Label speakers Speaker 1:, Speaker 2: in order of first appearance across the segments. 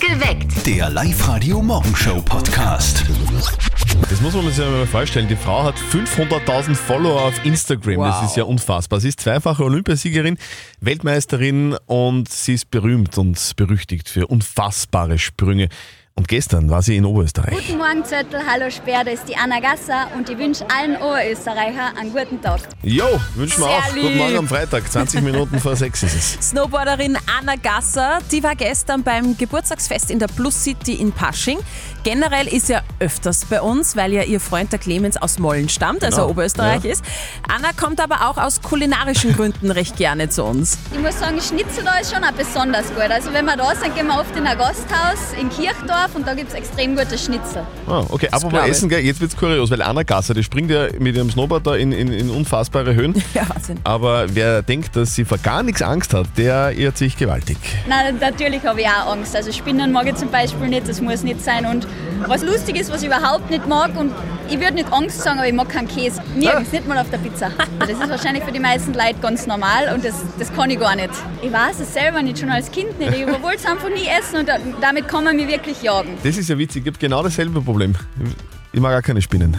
Speaker 1: Geweckt.
Speaker 2: Der Live-Radio-Morgenshow-Podcast.
Speaker 3: Das muss man sich ja mal vorstellen. Die Frau hat 500.000 Follower auf Instagram. Das
Speaker 4: Wow.
Speaker 3: ist ja unfassbar. Sie ist zweifache Olympiasiegerin, Weltmeisterin und sie ist berühmt und berüchtigt für unfassbare Sprünge. Und gestern war sie in Oberösterreich.
Speaker 5: Guten Morgen Zettel, hallo Sperr, das ist die Anna Gasser und ich wünsche allen Oberösterreicher einen guten Tag.
Speaker 3: Jo, wünschen wir
Speaker 4: Sehr
Speaker 3: auf. Guten
Speaker 4: lieb.
Speaker 3: Morgen am Freitag, 20 Minuten vor sechs ist es.
Speaker 4: Snowboarderin Anna Gasser, die war gestern beim Geburtstagsfest in der Plus City in Pasching. Generell ist er öfters bei uns, weil ja ihr Freund der Clemens aus Mollen stammt, also
Speaker 3: Genau,
Speaker 4: Oberösterreich
Speaker 3: ja.
Speaker 4: ist. Anna kommt aber auch aus kulinarischen Gründen recht gerne zu uns.
Speaker 5: Ich muss sagen, Schnitzel da ist schon auch besonders gut. Also wenn wir da sind, gehen wir oft in ein Gasthaus in Kirchdorf und da gibt es extrem gute Schnitzel.
Speaker 3: Ah, okay, aber mal
Speaker 4: glaub ich.
Speaker 3: essen, gell? jetzt wird's kurios, weil Anna Gasser, die springt ja mit ihrem Snowboard da in, in, in unfassbare Höhen.
Speaker 4: Ja, Wahnsinn.
Speaker 3: Aber wer denkt, dass sie vor gar nichts Angst hat, der irrt sich gewaltig.
Speaker 5: Na, natürlich habe ich auch Angst. Also Spinnen mag ich zum Beispiel nicht, das muss nicht sein. Und was lustig ist, was ich überhaupt nicht mag und ich würde nicht Angst sagen, aber ich mag keinen Käse. Nirgends, nicht mal auf der Pizza. Also Das ist wahrscheinlich für die meisten Leute ganz normal und das, das kann ich gar nicht. Ich weiß es selber nicht, schon als Kind nicht. Ich wollte es einfach nie essen und da, damit kann man mich wirklich jagen.
Speaker 3: Das ist ja witzig, gibt genau dasselbe Problem. Ich mag auch keine Spinnen.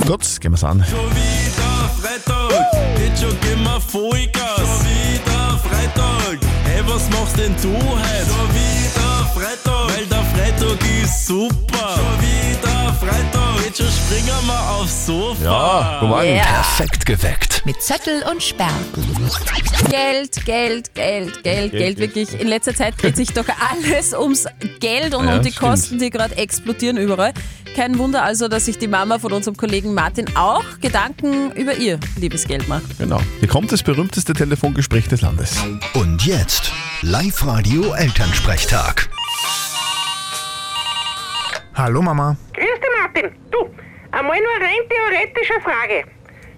Speaker 3: Gut, gehen wir's an.
Speaker 6: Schon wieder Freitag, jetzt schon gehen wir Vollgas. Schon wieder Freitag, hey, was machst denn du heute? Schon wieder Freitag, weil der Freitag ist super. Schon wieder Freitag, jetzt schon springen wir aufs Sofa.
Speaker 3: Ja, guten Morgen.
Speaker 2: Perfekt geweckt.
Speaker 7: Mit Zettel und Sperr.
Speaker 4: Geld, Geld, Geld, Geld, Geld.
Speaker 3: Geld.
Speaker 4: Wirklich, in letzter Zeit dreht sich doch alles ums Geld und
Speaker 3: Ja,
Speaker 4: um die
Speaker 3: stimmt.
Speaker 4: Kosten, die gerade explodieren überall. Kein Wunder also, dass sich die Mama von unserem Kollegen Martin auch Gedanken über ihr liebes Geld macht.
Speaker 3: Genau. Hier kommt das berühmteste Telefongespräch des Landes.
Speaker 2: Und jetzt Live-Radio Elternsprechtag.
Speaker 8: Hallo Mama.
Speaker 9: Grüß dich, Martin. Du, einmal nur rein theoretische Frage.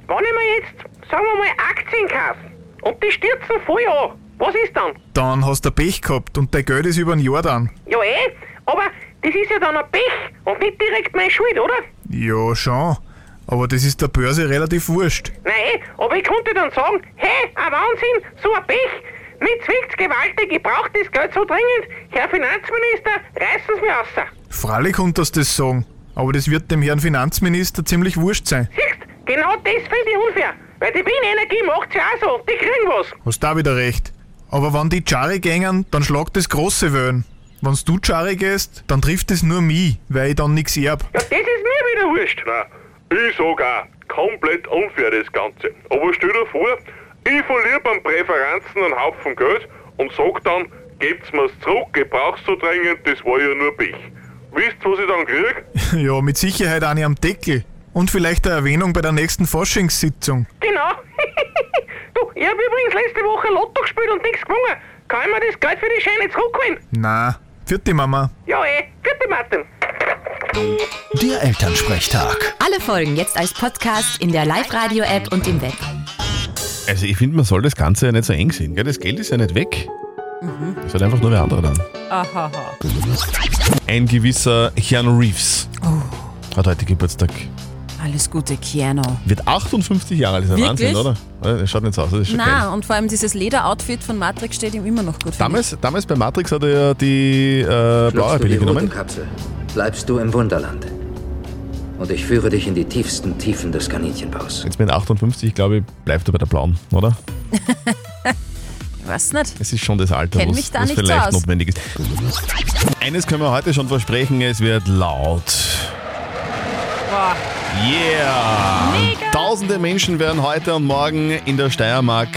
Speaker 9: Wenn ich mir jetzt, sagen wir mal, Aktien kaufe und die stürzen voll an, was ist dann?
Speaker 8: Dann hast du Pech gehabt und dein Geld ist über den Jordan.
Speaker 9: Ja, eh, aber das ist ja dann ein Pech und nicht direkt meine Schuld, oder?
Speaker 8: Ja, schon. Aber das ist der Börse relativ wurscht.
Speaker 9: Nein, eh, aber ich konnte dann sagen, hey, ein Wahnsinn, so ein Pech. Mich zwickt's gewaltig, ich brauch das Geld so dringend. Herr Finanzminister, reißen Sie mich raus.
Speaker 8: Freilich konnte das das sagen. Aber das wird dem Herrn Finanzminister ziemlich wurscht sein.
Speaker 9: Siehst, genau das finde ich unfair. Weil die Bienenergie macht's ja auch so, die kriegen was.
Speaker 8: Hast da wieder recht. Aber wenn die Charre gängen, dann schlagt das große Wellen. Wenn's du Charre gehst, dann trifft es nur mich, weil ich dann nix erb.
Speaker 9: Ja, das ist mir wieder wurscht.
Speaker 10: Nein, ich sag auch, komplett unfair das Ganze. Aber stell dir vor, ich verliere beim Präferenzen einen Haufen Geld und sag dann, gebt's mir's zurück, ich brauch's so dringend, das war ja nur Pech. Wisst, was ich dann krieg?
Speaker 8: Ja, mit Sicherheit eine am Deckel. Und vielleicht eine Erwähnung bei der nächsten Forschungssitzung.
Speaker 9: Genau. du, ich habe übrigens letzte Woche Lotto gespielt und nichts gewonnen. Kann ich mir das Geld für die Scheine zurückholen?
Speaker 8: Na, vierte Mama.
Speaker 9: Ja, eh. Vierte Martin.
Speaker 2: Der Elternsprechtag.
Speaker 7: Alle Folgen jetzt als Podcast in der Live-Radio-App und im Web.
Speaker 3: Also ich finde, man soll das Ganze ja nicht so eng sehen. Gell? Das Geld ist ja nicht weg. Das hat einfach nur wer andere dann.
Speaker 4: Aha.
Speaker 3: Ein gewisser Keanu Reeves hat heute Geburtstag.
Speaker 4: Alles Gute, Keanu.
Speaker 3: Wird 58 Jahre alt, ist ein
Speaker 4: Wirklich?
Speaker 3: Wahnsinn, oder? Oder? Das schaut nicht so aus, das ist schon geil.
Speaker 4: Na, und vor allem dieses Lederoutfit von Matrix steht ihm immer noch gut. finde
Speaker 3: Damals, damals bei Matrix hat er ja die äh, blaue Pille genommen.
Speaker 11: Kapsel, bleibst du im Wunderland. Und ich führe dich in die tiefsten Tiefen des Kaninchenbaus.
Speaker 3: Jetzt mit 58, glaube ich, bleibt er bei der blauen, oder?
Speaker 4: Ich weiß nicht.
Speaker 3: Es ist schon das Alter,
Speaker 4: Kenn
Speaker 3: was,
Speaker 4: mich da
Speaker 3: was
Speaker 4: nicht so
Speaker 3: vielleicht
Speaker 4: aus.
Speaker 3: notwendig ist. Eines können wir heute schon versprechen, es wird laut. Yeah! Tausende Menschen werden heute und morgen in der Steiermark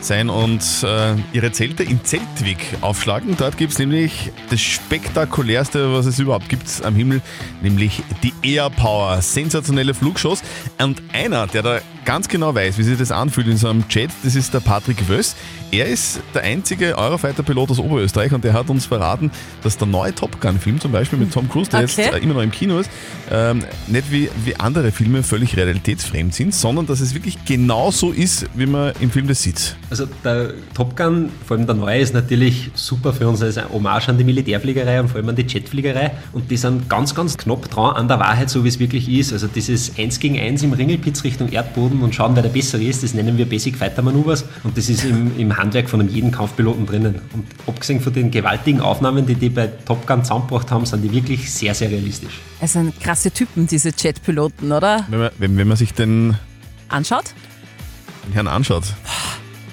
Speaker 3: sein und äh, ihre Zelte in Zeltwig aufschlagen. Dort gibt es nämlich das spektakulärste, was es überhaupt gibt am Himmel, nämlich die Air Power. Sensationelle Flugshows. Und einer, der da ganz genau weiß, wie sich das anfühlt in so einem Chat, das ist der Patrick Wöss. Er ist der einzige Eurofighter-Pilot aus Oberösterreich und der hat uns verraten, dass der neue Top Gun-Film zum Beispiel mit Tom Cruise, der
Speaker 4: Okay.
Speaker 3: jetzt äh, immer noch im Kino ist, ähm, nicht wie, wie andere Filme völlig realitätsfremd sind, sondern dass es wirklich genau so ist, wie man im Film das sieht.
Speaker 9: Also der Top Gun, vor allem der neue, ist natürlich super für uns als Hommage an die Militärfliegerei und vor allem an die Jetfliegerei. Und die sind ganz, ganz knapp dran an der Wahrheit, so wie es wirklich ist. Also dieses 1 gegen 1 im Ringelpitz Richtung Erdboden
Speaker 1: Runden und schauen, wer der Bessere ist. Das nennen wir Basic Fighter Maneuvers und das ist im, im Handwerk von einem jeden Kampfpiloten drinnen. Und abgesehen von den gewaltigen Aufnahmen, die die bei Top Gun zusammengebracht haben, sind die wirklich sehr, sehr realistisch.
Speaker 4: Es sind krasse Typen, diese Jetpiloten, oder?
Speaker 3: Wenn man, wenn, wenn man sich den
Speaker 4: Anschaut?
Speaker 3: den Herrn anschaut,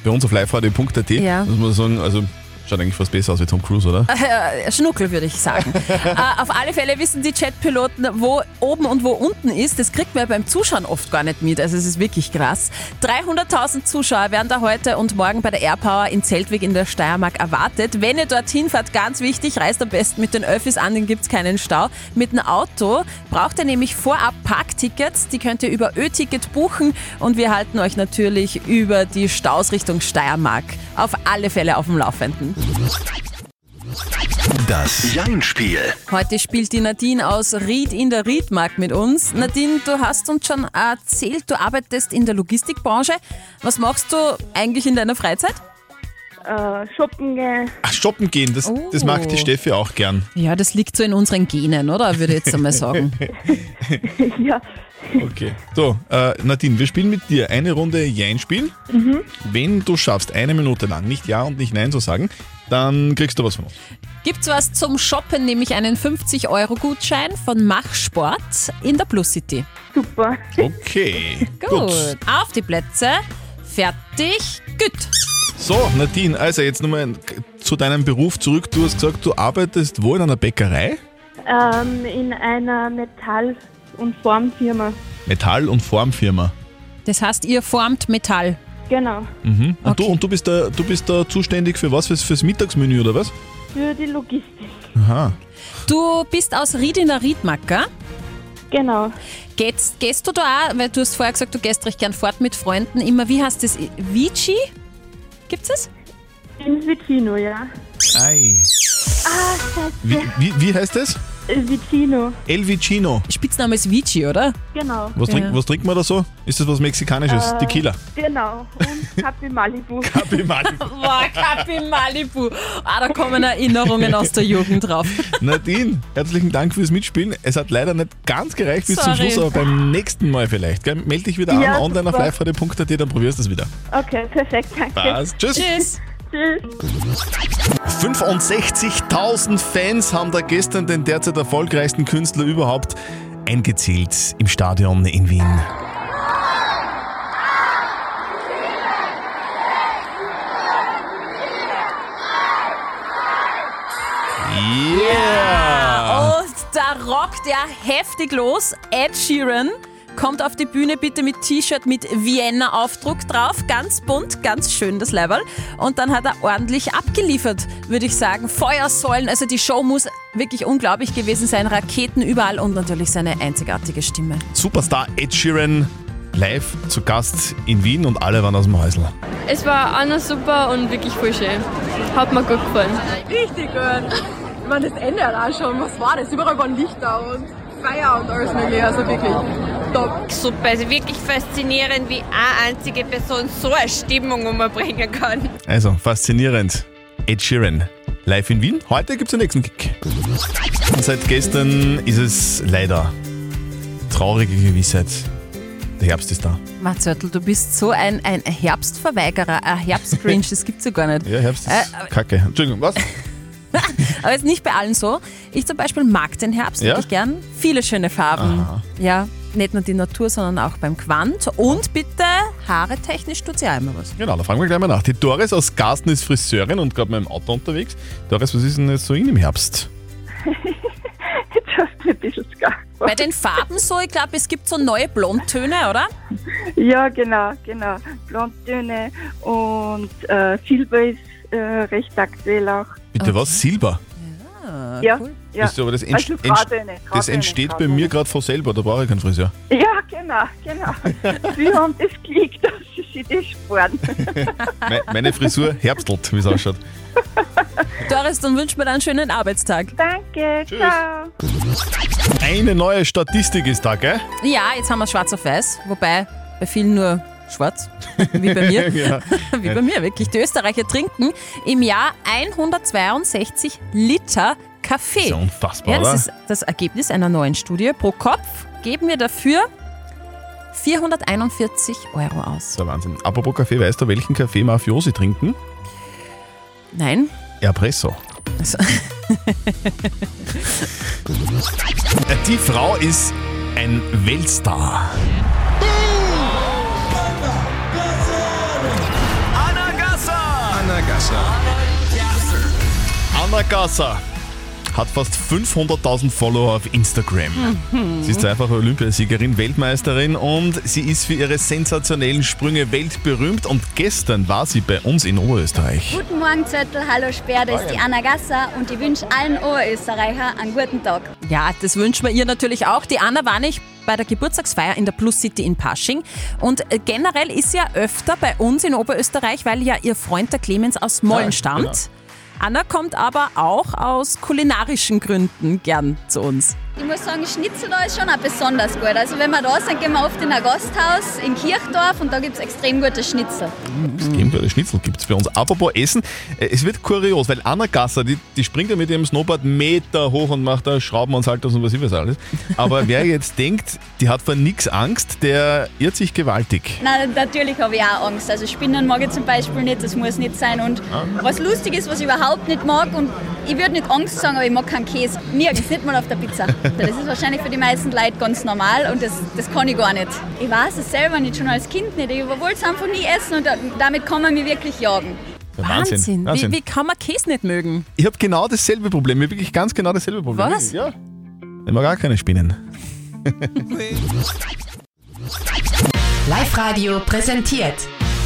Speaker 3: bei uns auf liveradio.at,
Speaker 4: Ja.
Speaker 3: muss man sagen, also schaut eigentlich fast besser aus wie Tom Cruise, oder?
Speaker 4: Äh, Schnuckel, würde ich sagen. äh, auf alle Fälle wissen die Jetpiloten, wo oben und wo unten ist. Das kriegt man ja beim Zuschauen oft gar nicht mit. Also es ist wirklich krass. 300.000 Zuschauer werden da heute und morgen bei der Airpower in Zeltweg in der Steiermark erwartet. Wenn ihr dorthin fahrt, ganz wichtig, reist am besten mit den Öffis an, dann gibt es keinen Stau. Mit dem Auto braucht ihr nämlich vorab Parktickets. Die könnt ihr über Ö-Ticket buchen und wir halten euch natürlich über die Staus Richtung Steiermark auf alle Fälle auf dem Laufenden.
Speaker 2: Das Jein-Spiel.
Speaker 4: Heute spielt die Nadine aus Ried in der Riedmark mit uns. Nadine, du hast uns schon erzählt, du arbeitest in der Logistikbranche. Was machst du eigentlich in deiner Freizeit?
Speaker 12: äh, shoppen gehen.
Speaker 3: Ach, shoppen gehen, das, das
Speaker 4: Oh.
Speaker 3: mag die Steffi auch gern.
Speaker 4: Ja, das liegt so in unseren Genen, oder? Würde ich jetzt einmal sagen.
Speaker 12: ja.
Speaker 3: Okay. So, äh, Nadine, wir spielen mit dir eine Runde Jein-Spiel.
Speaker 12: Mhm.
Speaker 3: Wenn du schaffst, eine Minute lang nicht Ja und nicht Nein zu sagen, dann kriegst du was von uns.
Speaker 4: Gibt's was zum Shoppen, nämlich einen 50-Euro-Gutschein von Mach Sport in der Plus City.
Speaker 12: Super.
Speaker 3: Okay.
Speaker 4: Gut. Auf die Plätze. Fertig. Gut.
Speaker 3: So, Nadine, also jetzt nochmal zu deinem Beruf zurück. Du hast gesagt, du arbeitest wo in einer Bäckerei?
Speaker 12: Ähm, in einer Metall- und Formfirma.
Speaker 3: Metall- und Formfirma.
Speaker 4: Das heißt, ihr formt Metall.
Speaker 12: Genau.
Speaker 3: Mhm. Und, du, und du bist da, du bist da zuständig für was? Fürs, fürs Mittagsmenü oder was?
Speaker 12: Für die Logistik.
Speaker 3: Aha.
Speaker 4: Du bist aus Ried in der Riedmark, gell?
Speaker 12: Genau.
Speaker 4: Gehst, gehst du da auch, weil du hast vorher gesagt, du gehst recht gern fort mit Freunden, immer, wie heißt das, Vici? Gibt's das?
Speaker 12: In Vicino, ja.
Speaker 3: Ei.
Speaker 12: Ah, scheiße.
Speaker 3: Wie, wie, wie heißt das?
Speaker 12: Äh, Vicino.
Speaker 3: El Vicino.
Speaker 4: Spitzname ist Vici, oder?
Speaker 12: Genau.
Speaker 3: Was,
Speaker 12: Ja.
Speaker 3: trinkt, was trinkt man da so? Ist das was Mexikanisches?
Speaker 12: Äh,
Speaker 3: Tequila?
Speaker 12: Genau. Und Kaffee Malibu.
Speaker 3: Kaffee Malibu.
Speaker 4: Boah, Kapi Malibu. Ah, da kommen Erinnerungen aus der Jugend drauf.
Speaker 3: Nadine, herzlichen Dank fürs Mitspielen. Es hat leider nicht ganz gereicht bis zum
Speaker 4: Sorry.
Speaker 3: Schluss, aber beim nächsten Mal vielleicht. Gell? Meld dich wieder
Speaker 12: Ja,
Speaker 3: an, online auf
Speaker 12: super.
Speaker 3: liveradio.at, dann probierst du es wieder.
Speaker 12: Okay, perfekt. Danke.
Speaker 3: Passt. Tschüss.
Speaker 4: Tschüss.
Speaker 12: Tschüss.
Speaker 3: 65.000 Fans haben da gestern den derzeit erfolgreichsten Künstler überhaupt eingezählt im Stadion in Wien. Yeah!
Speaker 4: Und da rockt er heftig los. Ed Sheeran kommt auf die Bühne bitte mit T-Shirt mit Vienna-Aufdruck drauf. Ganz bunt, ganz schön das Level. Und dann hat er ordentlich abgeliefert, würde ich sagen. Feuersäulen, also die Show muss wirklich unglaublich gewesen sein. Raketen überall und natürlich seine einzigartige Stimme.
Speaker 3: Superstar Ed Sheeran live zu Gast in Wien und alle waren aus dem Häusl.
Speaker 13: Es war Anna super und wirklich voll schön. Hat mir gut gefallen.
Speaker 14: Richtig gut. Ich meine, das Ende hat auch schon, was war das? Überall waren Lichter und Feier und alles mögliche, also wirklich top.
Speaker 15: Super, also wirklich faszinierend, wie eine einzige Person so eine Stimmung umbringen kann.
Speaker 3: Also, faszinierend. Ed Sheeran, live in Wien. Heute gibt's den nächsten Kick. Und seit gestern ist es leider traurige Gewissheit. Der Herbst ist da.
Speaker 4: Marzörtl, du bist so ein, ein Herbstverweigerer, ein Herbstgrinch, das gibt's ja gar nicht.
Speaker 3: Ja, Herbst ist
Speaker 4: Äh,
Speaker 3: kacke. Entschuldigung, was?
Speaker 4: Aber jetzt nicht bei allen so. Ich zum Beispiel mag den Herbst
Speaker 3: Ja?
Speaker 4: wirklich gern. Viele schöne Farben.
Speaker 3: Aha.
Speaker 4: Ja, nicht nur die Natur, sondern auch beim Quant. Und bitte, haare technisch tut sie auch immer was.
Speaker 3: Genau, da fragen wir gleich mal nach. Die Doris aus Garsten ist Friseurin und gerade mit dem Auto unterwegs. Doris, was ist denn jetzt so in im Herbst?
Speaker 4: Bei den Farben so, ich glaube, es gibt so neue Blondtöne, oder?
Speaker 12: Ja, genau, genau. Blondtöne und äh, Silber ist äh, recht aktuell auch.
Speaker 3: Bitte was? Silber?
Speaker 12: ja, ja.
Speaker 3: Weißt Ah, du, aber das, entst-
Speaker 12: also Grautöne,
Speaker 3: entst- das
Speaker 12: Grautöne,
Speaker 3: entsteht bei
Speaker 12: Grautöne.
Speaker 3: mir gerade von selber, da brauche ich keinen Friseur.
Speaker 12: Ja, genau, genau. Wir haben das Glück, dass sie sich das sparen.
Speaker 3: Me meine Frisur herbstelt, wie es ausschaut.
Speaker 4: Doris, dann wünsch mir einen schönen Arbeitstag.
Speaker 12: Danke, ciao.
Speaker 3: Eine neue Statistik ist da, gell?
Speaker 4: Ja, jetzt haben wir schwarz auf weiß, wobei bei vielen nur schwarz, wie bei mir.
Speaker 3: Ja.
Speaker 4: Wie bei mir, wirklich. Die Österreicher trinken im Jahr 162 Liter Kaffee.
Speaker 3: Ist ja unfassbar,
Speaker 4: Ja, das
Speaker 3: oder?
Speaker 4: ist das Ergebnis einer neuen Studie. Pro Kopf geben wir dafür 441 Euro aus.
Speaker 3: Der Wahnsinn. Apropos Kaffee, weißt du, welchen Kaffee Mafiosi trinken?
Speaker 4: Nein.
Speaker 3: Erpresso.
Speaker 4: Also
Speaker 3: Die Frau ist ein Weltstar. Anna Gasser. Anna Gasser hat fast 500.000 Follower auf Instagram.
Speaker 6: Mhm.
Speaker 3: Sie ist zweifache Olympiasiegerin, Weltmeisterin und sie ist für ihre sensationellen Sprünge weltberühmt. Und gestern war sie bei uns in Oberösterreich.
Speaker 5: Guten Morgen, Zettel, hallo Sperr, das ist die Anna Gasser und ich wünsche allen Oberösterreicher einen guten Tag.
Speaker 4: Ja, das wünschen wir ihr natürlich auch. Die Anna war nicht bei der Geburtstagsfeier in der Plus City in Pasching. Und äh, generell ist sie ja öfter bei uns in Oberösterreich, weil ja ihr Freund der Clemens aus Mollen
Speaker 16: Ja,
Speaker 4: stammt.
Speaker 16: genau.
Speaker 4: Anna kommt aber auch aus kulinarischen Gründen gern zu uns.
Speaker 5: Ich muss sagen, Schnitzel da ist schon auch besonders gut. Also wenn wir da sind, gehen wir oft in ein Gasthaus in Kirchdorf und da gibt es extrem gute Schnitzel.
Speaker 3: Mhm. Schnitzel gibt es bei uns. Apropos Essen, äh, es wird kurios, weil Anna Gasser, die, die springt ja mit ihrem Snowboard Meter hoch und macht da Schrauben und Saltos und was ich weiß alles. Aber wer jetzt denkt, die hat vor nichts Angst, der irrt sich gewaltig.
Speaker 5: Nein, natürlich habe ich auch Angst. Also Spinnen mag ich zum Beispiel nicht, das muss nicht sein. Und was lustig ist, was ich überhaupt nicht mag, und ich würde nicht Angst sagen, aber ich mag keinen Käse. Nirgends, nicht mal auf der Pizza. Das ist wahrscheinlich für die meisten Leute ganz normal und das, das kann ich gar nicht. Ich weiß es selber nicht, schon als Kind nicht. Ich wollte es einfach nie essen und da- damit kann man mich wirklich jagen.
Speaker 3: Ja, Wahnsinn.
Speaker 4: Wahnsinn.
Speaker 3: Wahnsinn.
Speaker 4: Wie, wie kann man Käse nicht mögen?
Speaker 3: Ich habe genau dasselbe Problem, ich habe wirklich ganz genau dasselbe Problem.
Speaker 4: Was?
Speaker 3: Ja. Ich mag gar keine Spinnen.
Speaker 7: Live-Radio präsentiert.